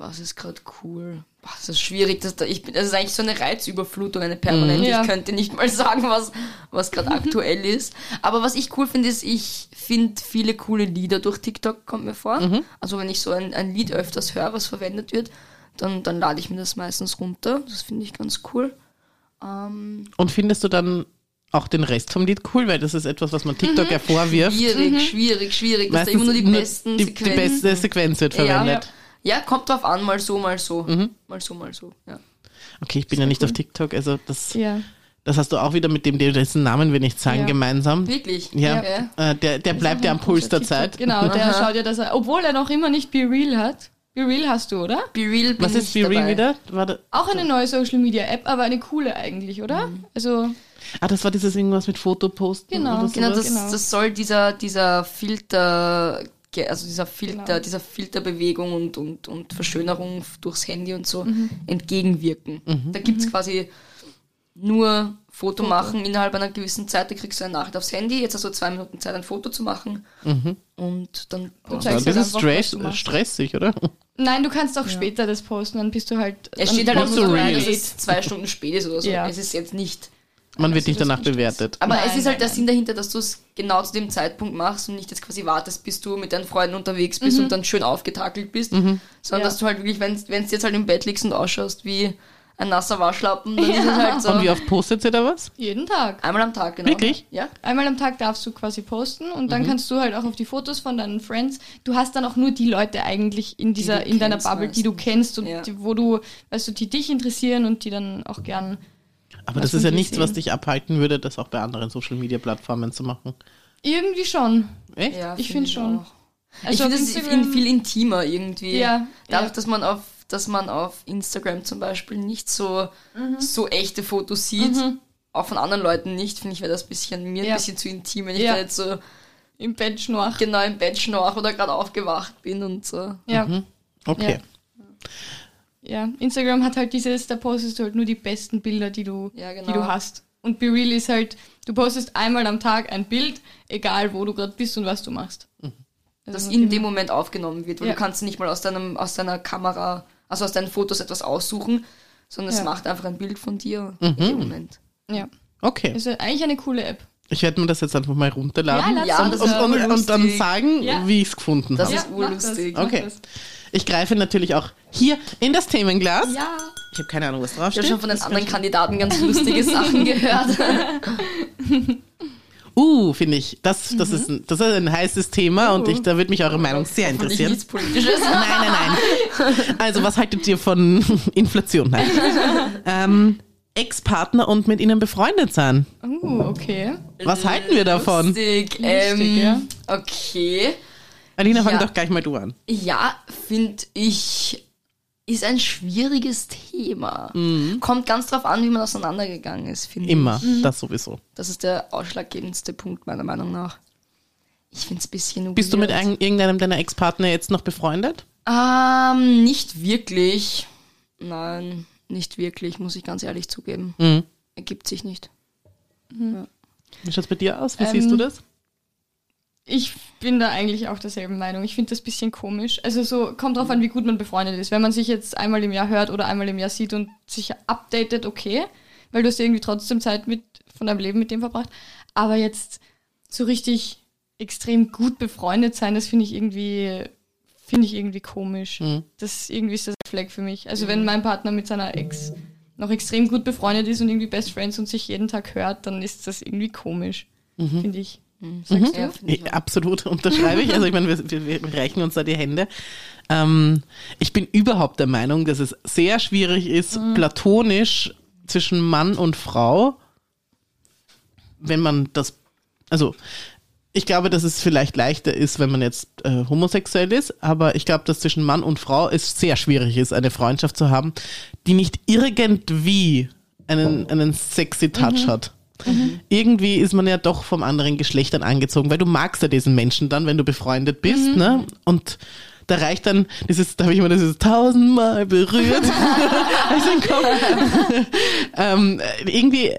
was ist gerade cool? Boah, das ist schwierig, dass da ich bin. Das ist eigentlich so eine Reizüberflutung, eine
Mhm.
permanente.
Ja.
Ich könnte nicht mal *laughs* sagen, was, was gerade aktuell ist. Aber was ich cool finde, ist, ich finde viele coole Lieder durch TikTok, kommt mir vor.
Mhm.
Also wenn ich so ein, ein Lied öfters höre, was verwendet wird, dann, dann lade ich mir das meistens runter. Das finde ich ganz cool. Ähm,
Und findest du dann auch den Rest vom Lied cool, weil das ist etwas, was man TikTok ja vorwirft.
schwierig, schwierig, schwierig, Mhm. dass da
Mhm. Meistens
immer nur die
nur
besten
die, die
Sequenzen.
beste Sequenz wird verwendet. Mhm.
Ja. ja, kommt drauf an, mal so, mal so. Mal so, mal so. Ja.
Okay, ich bin ja nicht auf TikTok, also das,
Ja.
das hast du auch wieder mit dem, dessen Namen wir nicht sagen,
Ja.
gemeinsam.
Wirklich.
Ja,
Okay.
Äh, der, der bleibt ja am Puls der Zeit. *laughs*
Genau, der schaut ja, dass er, obwohl er noch immer nicht Be Real hat. Be Real hast du, oder?
Be real bin
Was ist
ich
Be Real
dabei.
wieder? War da,
Auch eine neue Social Media App, aber eine coole eigentlich, oder?
Mhm.
Also,
ah, das war dieses irgendwas mit Fotoposten
Genau.
oder sowas.
Genau, das,
Genau.
das soll dieser, dieser Filter, ge- also dieser Filter,
Genau.
dieser Filterbewegung und, und, und Verschönerung f- durchs Handy und so
Mhm.
entgegenwirken.
Mhm.
Da gibt es quasi nur Foto, machen innerhalb einer gewissen Zeit, da kriegst du eine Nachricht aufs Handy, jetzt hast du zwei Minuten Zeit, ein Foto zu machen
Mhm.
und dann
Du
Ja,
zeigst
das ist
halt einfach,
stress,
was du machst.
stressig, oder?
nein, du kannst auch später das posten, dann bist du halt.
es
dann
steht halt auch
Post
nur
to
dabei,
Reels.
dass es zwei Stunden spät ist oder so.
Ja.
Es ist jetzt nicht.
Man wird
Also
nicht
das
danach
ist nicht
bewertet.
Aber
Nein,
es ist halt
nein,
der
nein.
Sinn dahinter, dass du es genau zu dem Zeitpunkt machst und nicht jetzt quasi wartest, bis du mit deinen Freunden unterwegs bist und dann schön aufgetakelt bist, sondern
Mhm. Ja.
dass du halt wirklich, wenn du jetzt halt im Bett liegst und ausschaust wie ein nasser Waschlappen, dann ist es halt so.
Und wie oft postet ihr da was?
jeden Tag.
Einmal am Tag, genau.
Wirklich?
Ja.
Einmal am Tag darfst du quasi posten und
Mhm.
dann kannst du halt auch auf die Fotos von deinen Friends. Du hast dann auch nur die Leute eigentlich in dieser,
du
in deiner
kennst
Bubble, die du
meistens.
kennst und
Ja.
die, wo du, weißt du, die dich interessieren und die dann auch gern.
Aber
Was
das ist ja
man will
nichts, was
sehen.
dich abhalten würde, das auch bei anderen Social-Media-Plattformen zu machen.
Irgendwie schon.
Echt?
ja
Ich finde schon. Also
auch. ich finde,
auf
das ist
Instagram-
viel, viel intimer irgendwie.
Ja,
Dadurch,
ja.
dass man auf dass man auf Instagram zum Beispiel nicht so,
Mhm.
so echte Fotos sieht, auch von anderen Leuten nicht, finde ich, wäre das ein bisschen mir
Ja.
ein bisschen zu intim, wenn ich
Ja.
da jetzt so
im Bett schnorchen.
genau im Bett schnarch oder gerade aufgewacht bin und so. Also
Ja.
Okay.
Ja, Instagram hat halt dieses, da postest du halt nur die besten Bilder, die du,
Ja, genau.
die du hast. Und Be Real ist halt, du postest einmal am Tag ein Bild, egal wo du gerade bist und was du machst.
Das
Also
in dem Moment aufgenommen wird, weil
Ja.
du kannst nicht mal aus deinem, aus deiner Kamera, also aus deinen Fotos etwas aussuchen, sondern
Ja.
es macht einfach ein Bild von dir in dem Moment.
Ja,
Okay.
ist halt eigentlich eine coole App.
Ich werde mir das jetzt einfach mal runterladen
Ja, lass
Ja,
uns
das
und,
ist
und, und dann
urlustig.
sagen,
Ja.
wie ich es gefunden
Das
habe.
ist urlustig.
mach
Okay.
das.
Ich greife natürlich auch hier in das Themenglas.
Ja.
Ich habe keine Ahnung, was
Ich
draufsteht.
habe schon von den
Das
anderen
kann
Kandidaten ganz lustige Sachen gehört.
ich- Uh, finde ich. Das, das, ist ein, das ist ein heißes Thema und ich, da würde mich eure Meinung sehr
Und ich
interessieren.
nichts Politisches.
Nein, nein, nein. Also, was haltet ihr von *laughs* Inflation? Nein. Ähm, Ex-Partner und mit ihnen befreundet sein.
Uh, okay.
Was halten wir
Äh,
davon?
Lustig. Ähm,
ja.
Okay.
Alina, fang
Ja.
doch gleich mal du an.
Ja, finde ich, ist ein schwieriges Thema. Kommt ganz drauf an, wie man auseinandergegangen ist, finde ich.
Immer. Das sowieso.
Das ist der ausschlaggebendste Punkt meiner Meinung nach. Ich finde es ein bisschen
Bist du
weird.
mit ein, irgendeinem deiner Ex-Partner jetzt noch befreundet?
Ähm, nicht wirklich. Nein, nicht wirklich, muss ich ganz ehrlich zugeben.
Mhm.
Ergibt sich nicht.
Wie schaut's bei dir aus? Wie
Ähm,
siehst du das?
Ich bin da eigentlich auch derselben Meinung. Ich finde das ein bisschen komisch. Also so kommt drauf an, wie gut man befreundet ist. Wenn man sich jetzt einmal im Jahr hört oder einmal im Jahr sieht und sich updatet, okay, weil du hast irgendwie trotzdem Zeit mit von deinem Leben mit dem verbracht. Aber jetzt so richtig extrem gut befreundet sein, das finde ich irgendwie finde ich irgendwie komisch. Das irgendwie ist das ein Fleck für mich. Also wenn mein Partner mit seiner Ex noch extrem gut befreundet ist und irgendwie Best Friends und sich jeden Tag hört, dann ist das irgendwie komisch, finde ich.
Sagst du? Ja, finde ich
Mhm. Ja, absolut, *laughs* unterschreibe ich. Also ich meine, wir, wir, wir reichen uns da die Hände. Ähm, ich bin überhaupt der Meinung, dass es sehr schwierig ist, platonisch zwischen Mann und Frau, wenn man das, also ich glaube, dass es vielleicht leichter ist, wenn man jetzt äh, homosexuell ist, aber ich glaube, dass zwischen Mann und Frau es sehr schwierig ist, eine Freundschaft zu haben, die nicht irgendwie einen, einen sexy Touch hat. Irgendwie ist man ja doch vom anderen Geschlecht dann angezogen, weil du magst ja diesen Menschen dann, wenn du befreundet bist,
Mhm.
ne? Und da reicht dann dieses, da habe ich immer dieses tausendmal
*laughs*
berührt. also im Kopf. ähm, irgendwie,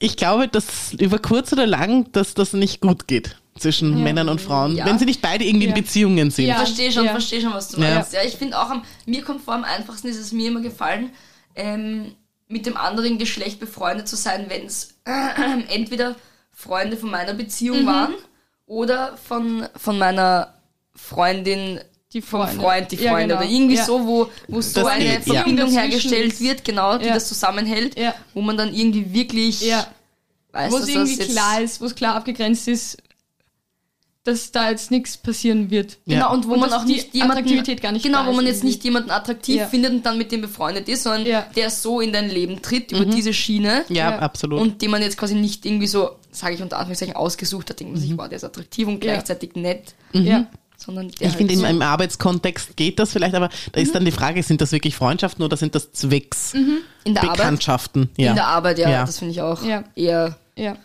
ich glaube, dass über kurz oder lang, dass das nicht gut geht zwischen Männern und Frauen,
Ja.
wenn sie nicht beide irgendwie
Ja.
in Beziehungen sind.
Ja.
verstehe schon,
Ja.
verstehe schon, was du
Ja.
meinst. Ja, ich finde auch, am, mir kommt vor, am einfachsten ist es mir immer gefallen, ähm, mit dem anderen Geschlecht befreundet zu sein, wenn es *clears throat* entweder Freunde von meiner
Mhm.
Beziehung waren oder von, von meiner Freundin,
Die
vom
Freunde.
Freund, die
Ja,
Freunde
genau.
oder irgendwie
Ja.
so, wo, wo so
Das
eine
geht, ja.
Verbindung
Dazwischen
hergestellt
ist-
wird, genau, die
Ja.
das zusammenhält,
Ja.
wo man dann irgendwie wirklich
Ja.
weiß,
Wo
dass
es
das
irgendwie
jetzt
klar ist, wo es klar abgegrenzt ist, dass da jetzt nichts passieren wird.
Ja.
Genau, und wo
Und
man
dass
auch
die
nicht jemanden,
Attraktivität gar nicht
genau,
da
wo
ist
man jetzt
irgendwie.
nicht jemanden attraktiv
Ja.
findet und dann mit dem befreundet ist, sondern
Ja. Mhm.
der so in dein Leben tritt über diese Schiene
Ja,
Ja.
absolut.
und den man jetzt quasi nicht irgendwie so, sage ich unter Anführungszeichen, ausgesucht hat, denkt man sich,
Mhm.
wow, der ist attraktiv und
Ja.
gleichzeitig nett,
Ja.
sondern der
ich finde,
halt
in
so-
einem Arbeitskontext geht das vielleicht, aber da
Mhm.
ist dann die Frage, sind das wirklich Freundschaften oder sind das Zwecks
in der Arbeit,
Bekanntschaften? Ja.
Mhm. in der Arbeit, ja,
Ja.
das finde ich auch
Ja.
eher,
Ja.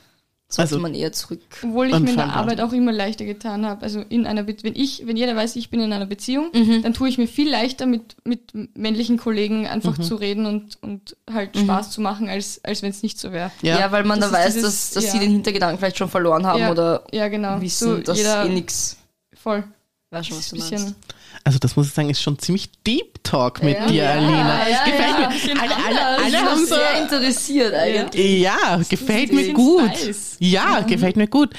sollte
Also-
man eher zurück.
Obwohl ich
Und
mir in der
Frauen
Arbeit auch immer leichter getan habe. Also in einer Be wenn ich, wenn jeder weiß, ich bin in einer Beziehung,
Mhm.
dann tue ich mir viel leichter mit, mit männlichen Kollegen einfach
Mhm.
zu reden und, und halt Spaß zu machen, als, als wenn es nicht so wäre.
Mhm. Ja,
Ja.
weil man
Das
da
ist
weiß,
dieses-
dass, dass
ja.
sie den Hintergedanken vielleicht schon verloren haben
ja,
oder
ja, genau.
wissen,
so,
dass
jeder,
eh nix.
voll.
Weiß schon,
Das ist
was du
ein
meinst.
bisschen,
Also das muss ich sagen, ist schon ziemlich Deep Talk mit
Ja.
dir,
Ja,
Alina.
ja,
das gefällt
ja.
mir. Alle, alle, alle
Alle
haben
haben
so.
sehr interessiert eigentlich.
Ja, gefällt
ein
mir
bisschen Mhm.
gut.
Spice.
Ja, gefällt mir gut.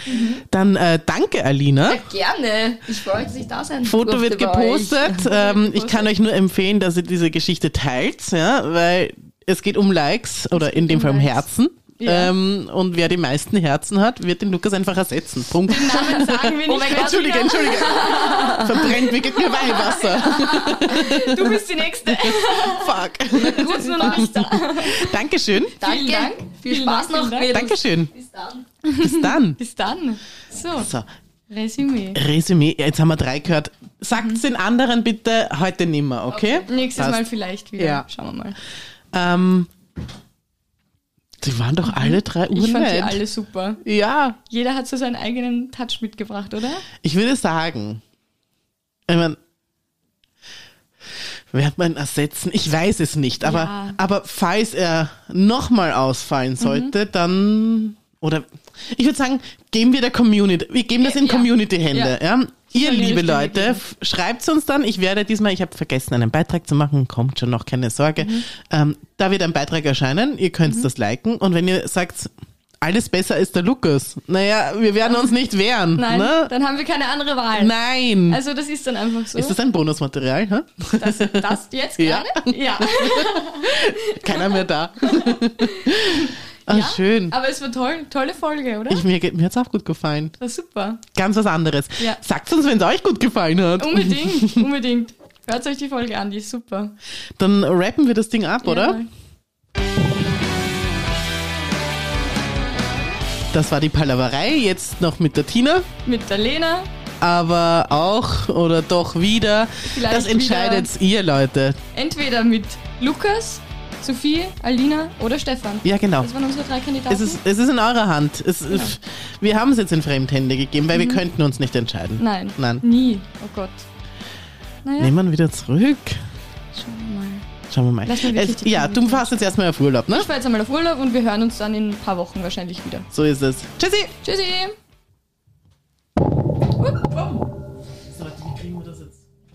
Dann äh, danke, Alina.
Gerne. Ich freue mich, dass ich da sein
Foto wird
durfte bei euch. *laughs*
gepostet. Ähm, ich kann euch nur empfehlen, dass ihr diese Geschichte teilt, ja, weil es geht um Likes oder in dem Fall um Herzen.
Ja.
Ähm, und wer die meisten Herzen hat, wird den Lukas einfach ersetzen. Punkt.
Namen sagen wir nicht.
Oh mein Gott,
Entschuldige,
*laughs*
entschuldige. Verbrennt mir, gibt mir Weihwasser.
du bist *laughs* die Nächste.
Fuck.
Kurz nur noch nicht da.
Dankeschön.
Danke.
Vielen Dank.
Viel
Vielen
Spaß
Dank,
noch.
vielen Dank.
Mädels.
Dankeschön.
Bis dann.
Bis dann.
Bis dann. So,
So,
Resümee.
Resümee. Jetzt haben wir drei gehört. Sagt's den anderen bitte heute nimmer, okay?
Nächstes
Passt.
Mal vielleicht wieder.
Ja.
Schauen wir mal.
Ähm, die waren doch alle drei
Ich fand die
unnett.
alle super.
Ja,
Jeder hat so seinen eigenen Touch mitgebracht, oder?
ich würde sagen, ich mein, wird man ersetzen? Ich weiß es nicht, aber,
Ja.
aber falls er nochmal ausfallen
Mhm.
sollte, dann, oder, ich würde sagen, geben wir der Community, wir geben das in
Ja.
Community-Hände, ja. Ihr
Soll ihre
liebe
Stimme
Leute,
geben.
f- schreibt's uns dann. Ich werde diesmal, ich habe vergessen, einen Beitrag zu machen, kommt schon noch, keine Sorge.
Mhm.
Ähm, da wird ein Beitrag erscheinen, ihr könnt das liken und wenn ihr sagt, alles besser ist der Lukas, naja, wir werden uns nicht wehren.
Nein,
ne?
dann haben wir keine andere Wahl.
Nein.
Also das ist dann einfach so.
ist das ein Bonusmaterial? Hä?
*laughs* das, das jetzt
Ja.
gerade?
*laughs*
Ja.
Keiner mehr da.
*laughs*
Ach,
Ja,
schön.
Aber es war toll, tolle Folge, oder?
Ich, mir ge- mir hat's auch gut gefallen.
war super.
Ganz was anderes.
Ja.
Sagt uns, wenn es euch gut gefallen hat. *laughs*
Unbedingt, unbedingt. Hört euch die Folge an, die ist super.
Dann rappen wir das Ding ab, oder?
Jawohl.
Das war die Palaverei, jetzt noch mit der Tina.
Mit der Lena.
Aber auch oder doch wieder.
Vielleicht
das entscheidet ihr, Leute.
Entweder mit Lukas, Sophie, Alina oder Stefan.
Ja, genau.
Das Genau. waren unsere drei Kandidaten.
Es ist, es ist in eurer Hand. Es, ist- Wir haben es jetzt in Fremdhände gegeben, weil wir könnten uns nicht entscheiden.
Mhm. Nein.
Nein.
Nie. Oh Gott. Naja,
Nehmen wir wieder zurück.
schauen wir mal.
Schauen wir mal.
Lass mir wirklich
es,
die
ja,
Kugel
du fährst jetzt erstmal auf Urlaub, ne?
Ich war jetzt einmal auf Urlaub und wir hören uns dann in ein paar Wochen wahrscheinlich wieder.
So ist es. Tschüssi!
Tschüssi!